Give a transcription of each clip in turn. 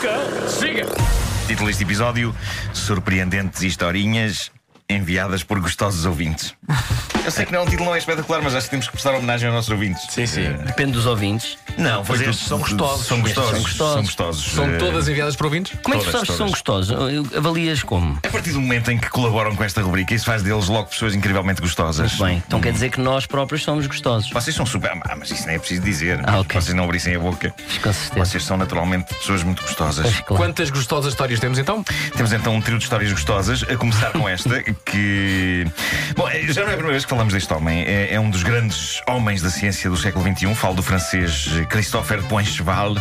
cão! Siga! Título deste episódio: Surpreendentes historinhas enviadas por gostosos ouvintes. Eu sei que não, o título não é espetacular, mas acho que temos que prestar homenagem aos nossos ouvintes. Sim, sim. Depende dos ouvintes. Não, foi Mas tudo- estes são tudo- gostosos. São gostosos. Estes são São gostosos. gostosos. São Eh, todas enviadas por ouvintes? Como é que tu Todas, sabes que são gostosos? Eu- Avalias como? A partir do momento em que colaboram com esta rubrica, isso faz deles logo pessoas incrivelmente gostosas. Bem, então quer dizer que nós próprios somos gostosos. Vocês são super. Ah, mas isso nem é preciso dizer. Ah, ok. Vocês não abrissem a boca. Mas Com certeza. Vocês são naturalmente pessoas muito gostosas. Pois, claro. Quantas gostosas histórias temos então? Temos então um trio de histórias gostosas, a começar com esta, que. Bom, eh, já não é a primeira vez que falamos deste homem. É, é um dos grandes homens da ciência do século XXI. Falo do francês eh, Christopher Poincheval.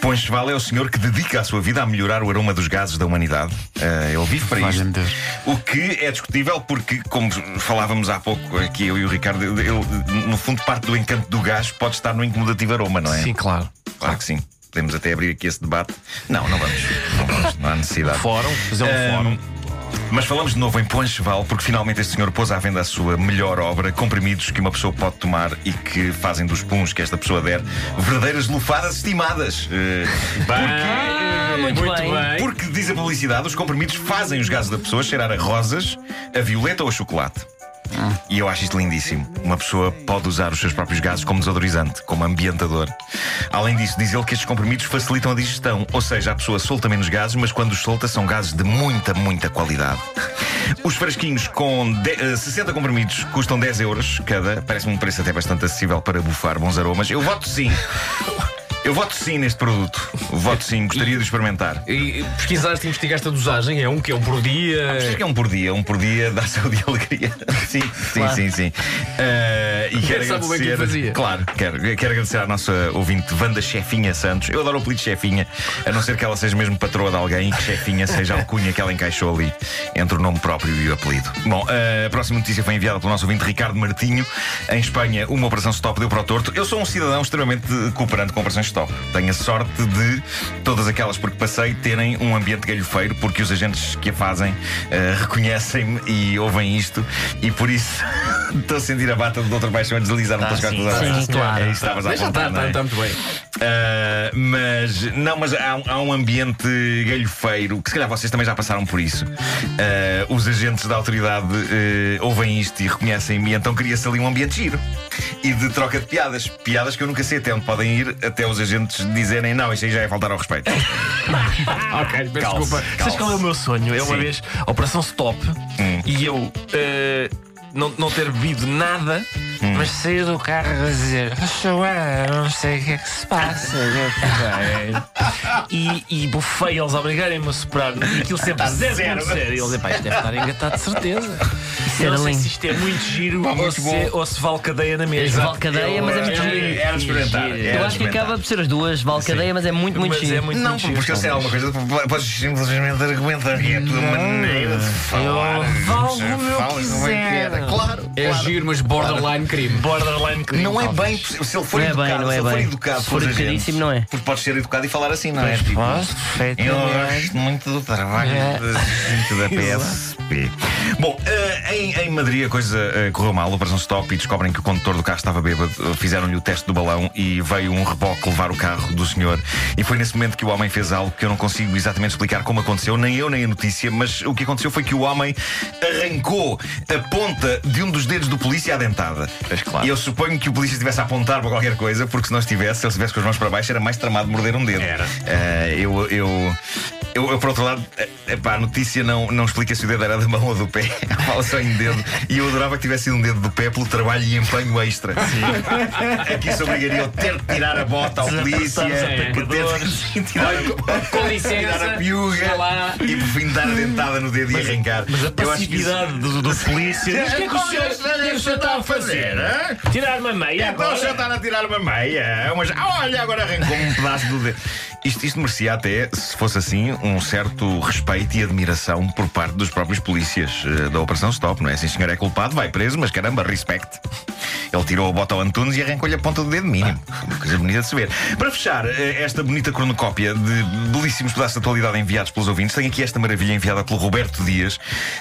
Poincheval é o senhor que dedica a sua vida a melhorar o aroma dos gases da humanidade. Eh, ele vive para isto. Valha-me Deus. O que é discutível porque, como falávamos há pouco aqui, eu e o Ricardo, ele, no fundo, parte do encanto do gás pode estar no incomodativo aroma, não é? Sim, claro. Claro que sim. Podemos até abrir aqui esse debate. Não, não vamos. Não, vamos, não há necessidade. Fórum, é fazer um Eh, fórum. Então, Mas falamos de novo em Poncheval porque finalmente este senhor pôs à venda a sua melhor obra, comprimidos que uma pessoa pode tomar e que fazem dos puns que esta pessoa der verdadeiras lufadas estimadas. Eh, Ah, muito, bem. porque, diz a publicidade, os comprimidos fazem os gases da pessoa cheirar a rosas, a violeta ou a chocolate. E eu acho isto lindíssimo. Uma pessoa pode usar os seus próprios gases como desodorizante, como ambientador. Além disso, diz ele que estes comprimidos facilitam a digestão, ou seja, a pessoa solta menos gases, mas quando os solta são gases de muita, muita qualidade. Os frasquinhos com de- eh, 60 comprimidos custam 10 euros cada. Parece-me um preço até bastante acessível para bufar bons aromas. Eu voto sim. Eu voto sim neste produto. Voto sim, gostaria de experimentar. E pesquisaste e investigaste a dosagem? É um que é um por Acho que dia? é um por dia, um por dia dá saúde e alegria. Sim, sim, Claro. sim, sim. Ah, e quero Pensava bem agradecer. que o fazia. Claro, quero, quero agradecer à nossa ouvinte Wanda Chefinha Santos. Eu adoro o apelido de Chefinha, a não ser que ela seja mesmo patroa de alguém e que Chefinha seja a alcunha que ela encaixou ali entre o nome próprio e o apelido. Bom, ah, a próxima notícia foi enviada pelo nosso ouvinte Ricardo Martinho. Em Espanha, uma operação stop deu para o torto. Eu sou um cidadão extremamente cooperante com operações stop. Tenho a sorte de todas aquelas por que passei terem um ambiente galhofeiro, porque os agentes que a fazem ah, reconhecem-me e ouvem isto, e por isso estou a sentir a bata do Dr. Paixão a deslizar no Ah, Tascar sim, dos sim, Armas. claro. É isso que estavas a Mas já apontar, está, não está, é? está muito bem. Ah, mas não, mas há, um- há um ambiente galhofeiro que se calhar vocês também já passaram por isso. Ah, os agentes da autoridade eh, ouvem isto e reconhecem-me, e então cria-se ali um ambiente giro e de troca de piadas. Piadas que eu nunca sei até onde podem ir, até os agentes dizerem não, isso aí já é faltar ao respeito. Ok, peço Calce. desculpa. Sabes qual é o meu sonho? É uma Sim. vez a Operação Stop e eu eh, não, não ter bebido nada, mas sair do carro a dizer "Sou eu, não sei o que é que se passa. eu também." é e, e bufei eles a obrigarem-me a soprar e aquilo sempre zero. zero. zero. E eles, epá, isto deve estar engatado de certeza. Eu era não sei lindo. se isto é muito giro Pá, ou, muito se, é- bom. ou se vale cadeia na mesma. Vale cadeia, mas é muito giro. Era de experimentar. era de Eu acho que é experimentar. acaba por ser as duas, vale cadeia, mas é muito, muito Mas é giro. muito, Não, muito giro. porque eu sei alguma coisa, podes simplesmente argumentar. É a tua maneira de falar. falo como eu Falas como é que quiser. era. Claro. É giro, mas borderline crime. Borderline crime. Não é bem, possível. se ele for Não é educado, bem, não é se ele for bem. educado, Se for pelos agentes, educadíssimo, não é? Porque podes ser educado e falar assim, não é? Tipo, Posso, eu perfeitamente. gosto muito do trabalho É. de gente da PSP. Bom, eh, em, em Madrid a coisa eh, correu mal, a operação stop e descobrem que o condutor do carro estava bêbado, Eh, fizeram-lhe o teste do balão e veio um reboque levar o carro do senhor. E foi nesse momento que o homem fez algo que eu não consigo exatamente explicar como aconteceu, nem eu nem a notícia, mas o que aconteceu foi que o homem arrancou a ponta de um dos dedos do polícia à dentada. Pois claro. E eu suponho que o polícia estivesse a apontar para qualquer coisa, porque se não estivesse, se ele estivesse com as mãos para baixo, era mais tramado morder um dedo. Era. Eh, eu, eu, eu, eu, por outro lado, eh, epá, a notícia não, não explica se o dedo era da mão ou do pé. Fala só em dedo. E eu adorava que tivesse sido um dedo do pé pelo trabalho e empenho extra. Aqui isso obrigaria a ter de tirar a bota ao polícia, Desapertar os que ter de tirar a Com tirar a licença. piuga sei lá. e por fim dar a dentada no dedo e arrancar. Mas a Eu acho que isso- passividade do, do polícia. Mas o que é que o senhor- o que é que o senhor está a fazer? é? hã? Tirar-me a meia Então o senhor está a tirar uma meia. Mas, ah, olha, agora arrancou-me um pedaço do dedo. Isto, isto merecia até, se fosse assim, um certo respeito e admiração por parte dos próprios polícias eh, da Operação Stop, não é? Assim, o senhor é culpado, vai preso, mas caramba, respect. Ele tirou a bota ao Antunes e arrancou-lhe a ponta do dedo mínimo. Uma coisa bonita de se ver. Para fechar eh, esta bonita cronocópia de belíssimos pedaços de atualidade enviados pelos ouvintes, tenho aqui esta maravilha enviada pelo Roberto Dias.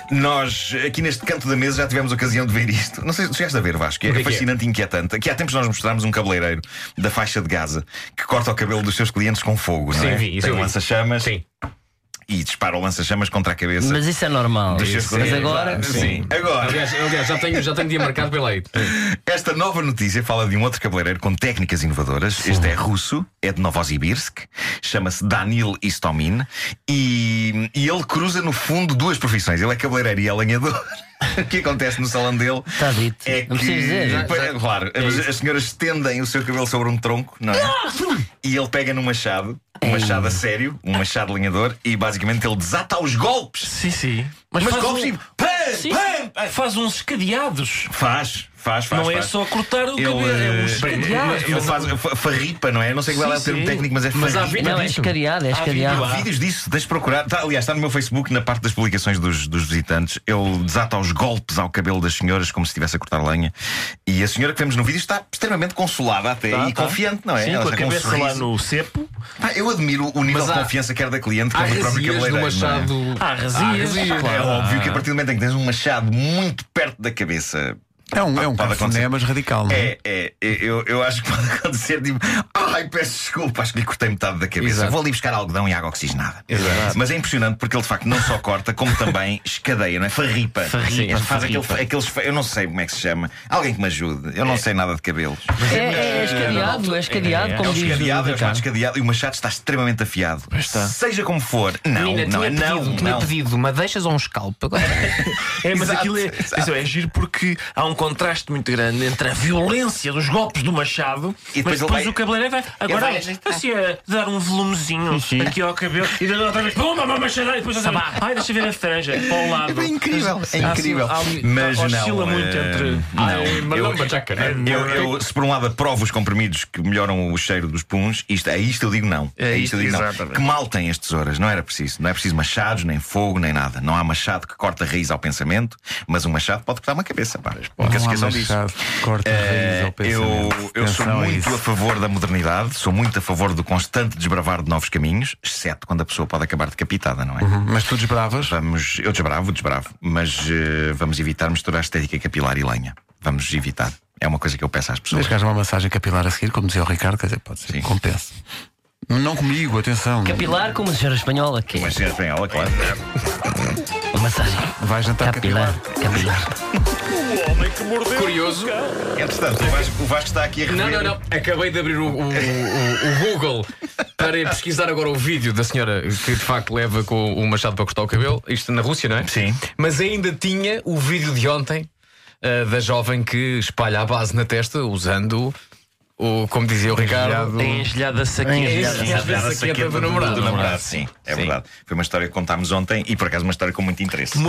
Nós, aqui neste canto da mesa, já tivemos ocasião de ver isto. Não sei se chegaste a ver, Vasco. O que É é que é? fascinante bastante inquietante. Aqui há tempos nós mostrámos um cabeleireiro da faixa de Gaza que corta o cabelo dos seus clientes com fogo, não Sim, é? vi, isso Tem eu um vi. lança-chamas Sim. e dispara o lança-chamas contra a cabeça. Mas isso é normal. dos seus Mas clientes. agora. Sim. Agora, Aliás, aliás, já, tenho, já tenho dia marcado pela aí. esta nova notícia fala de um outro cabeleireiro com técnicas inovadoras. Este é russo, é de Novosibirsk, chama-se Danil Istomin e, e ele cruza no fundo duas profissões. Ele é cabeleireiro e é lenhador. O que acontece no salão dele Está Tá dito. é Não que, preciso dizer. Pois, claro, é as- as senhoras estendem o seu cabelo sobre um tronco, não é? Ah! E ele pega num machado, um machado a sério, um machado lenhador, e basicamente ele desata os golpes. Sim, sim. Mas faz golpes um- tipo. Pam, Sim, pam! sim. Faz uns escadeados. Faz, faz, faz. não é faz. só cortar o Ele, cabelo, é uns eh, escadeados. ele faz fa- farripa, não é? Não sei qual é o Sim, termo sim. técnico, mas é Mas há farripa. vídeo Não, é disso. escadeado, é escadeado. Há vídeos disso, deixa procurar. Tá, aliás, está no meu Facebook, na parte das publicações dos, dos visitantes. Ele desata aos golpes ao cabelo das senhoras, como se estivesse a cortar lenha. E a senhora que vemos no vídeo está extremamente consolada até Tá, e tá. confiante, não é? Sim, Ela com a já um cabeça lá sorriso. no cepo. Pá, eu admiro o nível Mas de há- confiança quer da cliente, Há quer do próprio resias cabeleireiro. do não é? machado. Há resias. É claro. óbvio Ah. que a partir do momento em que tens um machado muito perto da cabeça, É um, é um Pode acontecer. cafuné, mas radical, não é? É, é, é, eu, eu acho que pode acontecer tipo, ai, peço desculpa, acho que lhe cortei metade da cabeça. Exato. Vou ali buscar algodão e água oxigenada. Mas é impressionante porque ele de facto não só corta, como também escadeia, não é? Farripa. Farripa, Ele faz aquele- farripa. aqueles. fa- Eu não sei como é que se chama. Alguém que me ajude. Eu não sei nada de cabelos. É, é, é escadeado, é escadeado, É como um diz o escadeado, é um chamado Ricardo. escadeado e o machado está extremamente afiado. está. Seja como for, não, Menina, não é tinha não. pedido, tinha não. pedido uma deixas ou um scalp agora. É, mas Exato, aquilo é, exato. atenção, é giro porque há um contraste muito grande entre a violência dos golpes do machado E depois mas ele depois vai- o cabeleireiro vai. Agora vai vai assim a dar um volumezinho aqui ao cabelo e depois outra vez, pumba, uma machadada e depois outra vez, ai, deixa ver a franja para o lado. É incrível, é Há, incrível. assim, há- Mas não, oscila muito eh, entre. Ah, é, não. Ai, malamba, jacaré. Eu, eu, se por um lado aprovo os comprimidos que melhoram o cheiro dos puns, isto, a isto eu digo não. É A isto eu isto, digo não. exatamente. Que mal têm as tesouras, não era preciso. Não é preciso machados, nem fogo, nem nada. Não há machado que corta a raiz ao pensamento, mas um machado pode cortar uma cabeça. Pá. Nunca se Não há esqueçam disso. machado que Corta a raiz Eh, ao eu, pensamento. eu sou Atenção a muito isso. a favor da modernidade, sou muito a favor do constante desbravar de novos caminhos, exceto quando a pessoa pode acabar decapitada, não é? Uhum. Mas tu desbravas? Vamos, eu desbravo, desbravo, mas eh, vamos evitar misturar estética capilar e lenha. Vamos evitar. É uma coisa que eu peço às pessoas. Desde que haja uma massagem capilar a seguir, como dizia o Ricardo, quer dizer, pode ser. Sim. que Compensa. Não comigo, atenção. Capilar, como a senhora espanhola, que Mas sim, espanhola, claro. é massagem. Vai jantar capilar. Capilar, capilar. Curioso. Entretanto, o Vasco, o Vasco está aqui a rever. Não, não, não. Acabei de abrir o, o- o- o Google para ir pesquisar agora o vídeo da senhora que de facto leva com o machado para cortar o cabelo. Isto na Rússia, não é? Sim. Mas ainda tinha o vídeo de ontem ah, da jovem que espalha a base na testa usando o, como dizia o Ricardo, Tem engelhada a saquinha. Engelhada. Sim, Às vezes a aqui é saqueta para o namorado. sim. É verdade. Foi uma história que contámos ontem e por acaso uma história com muito interesse.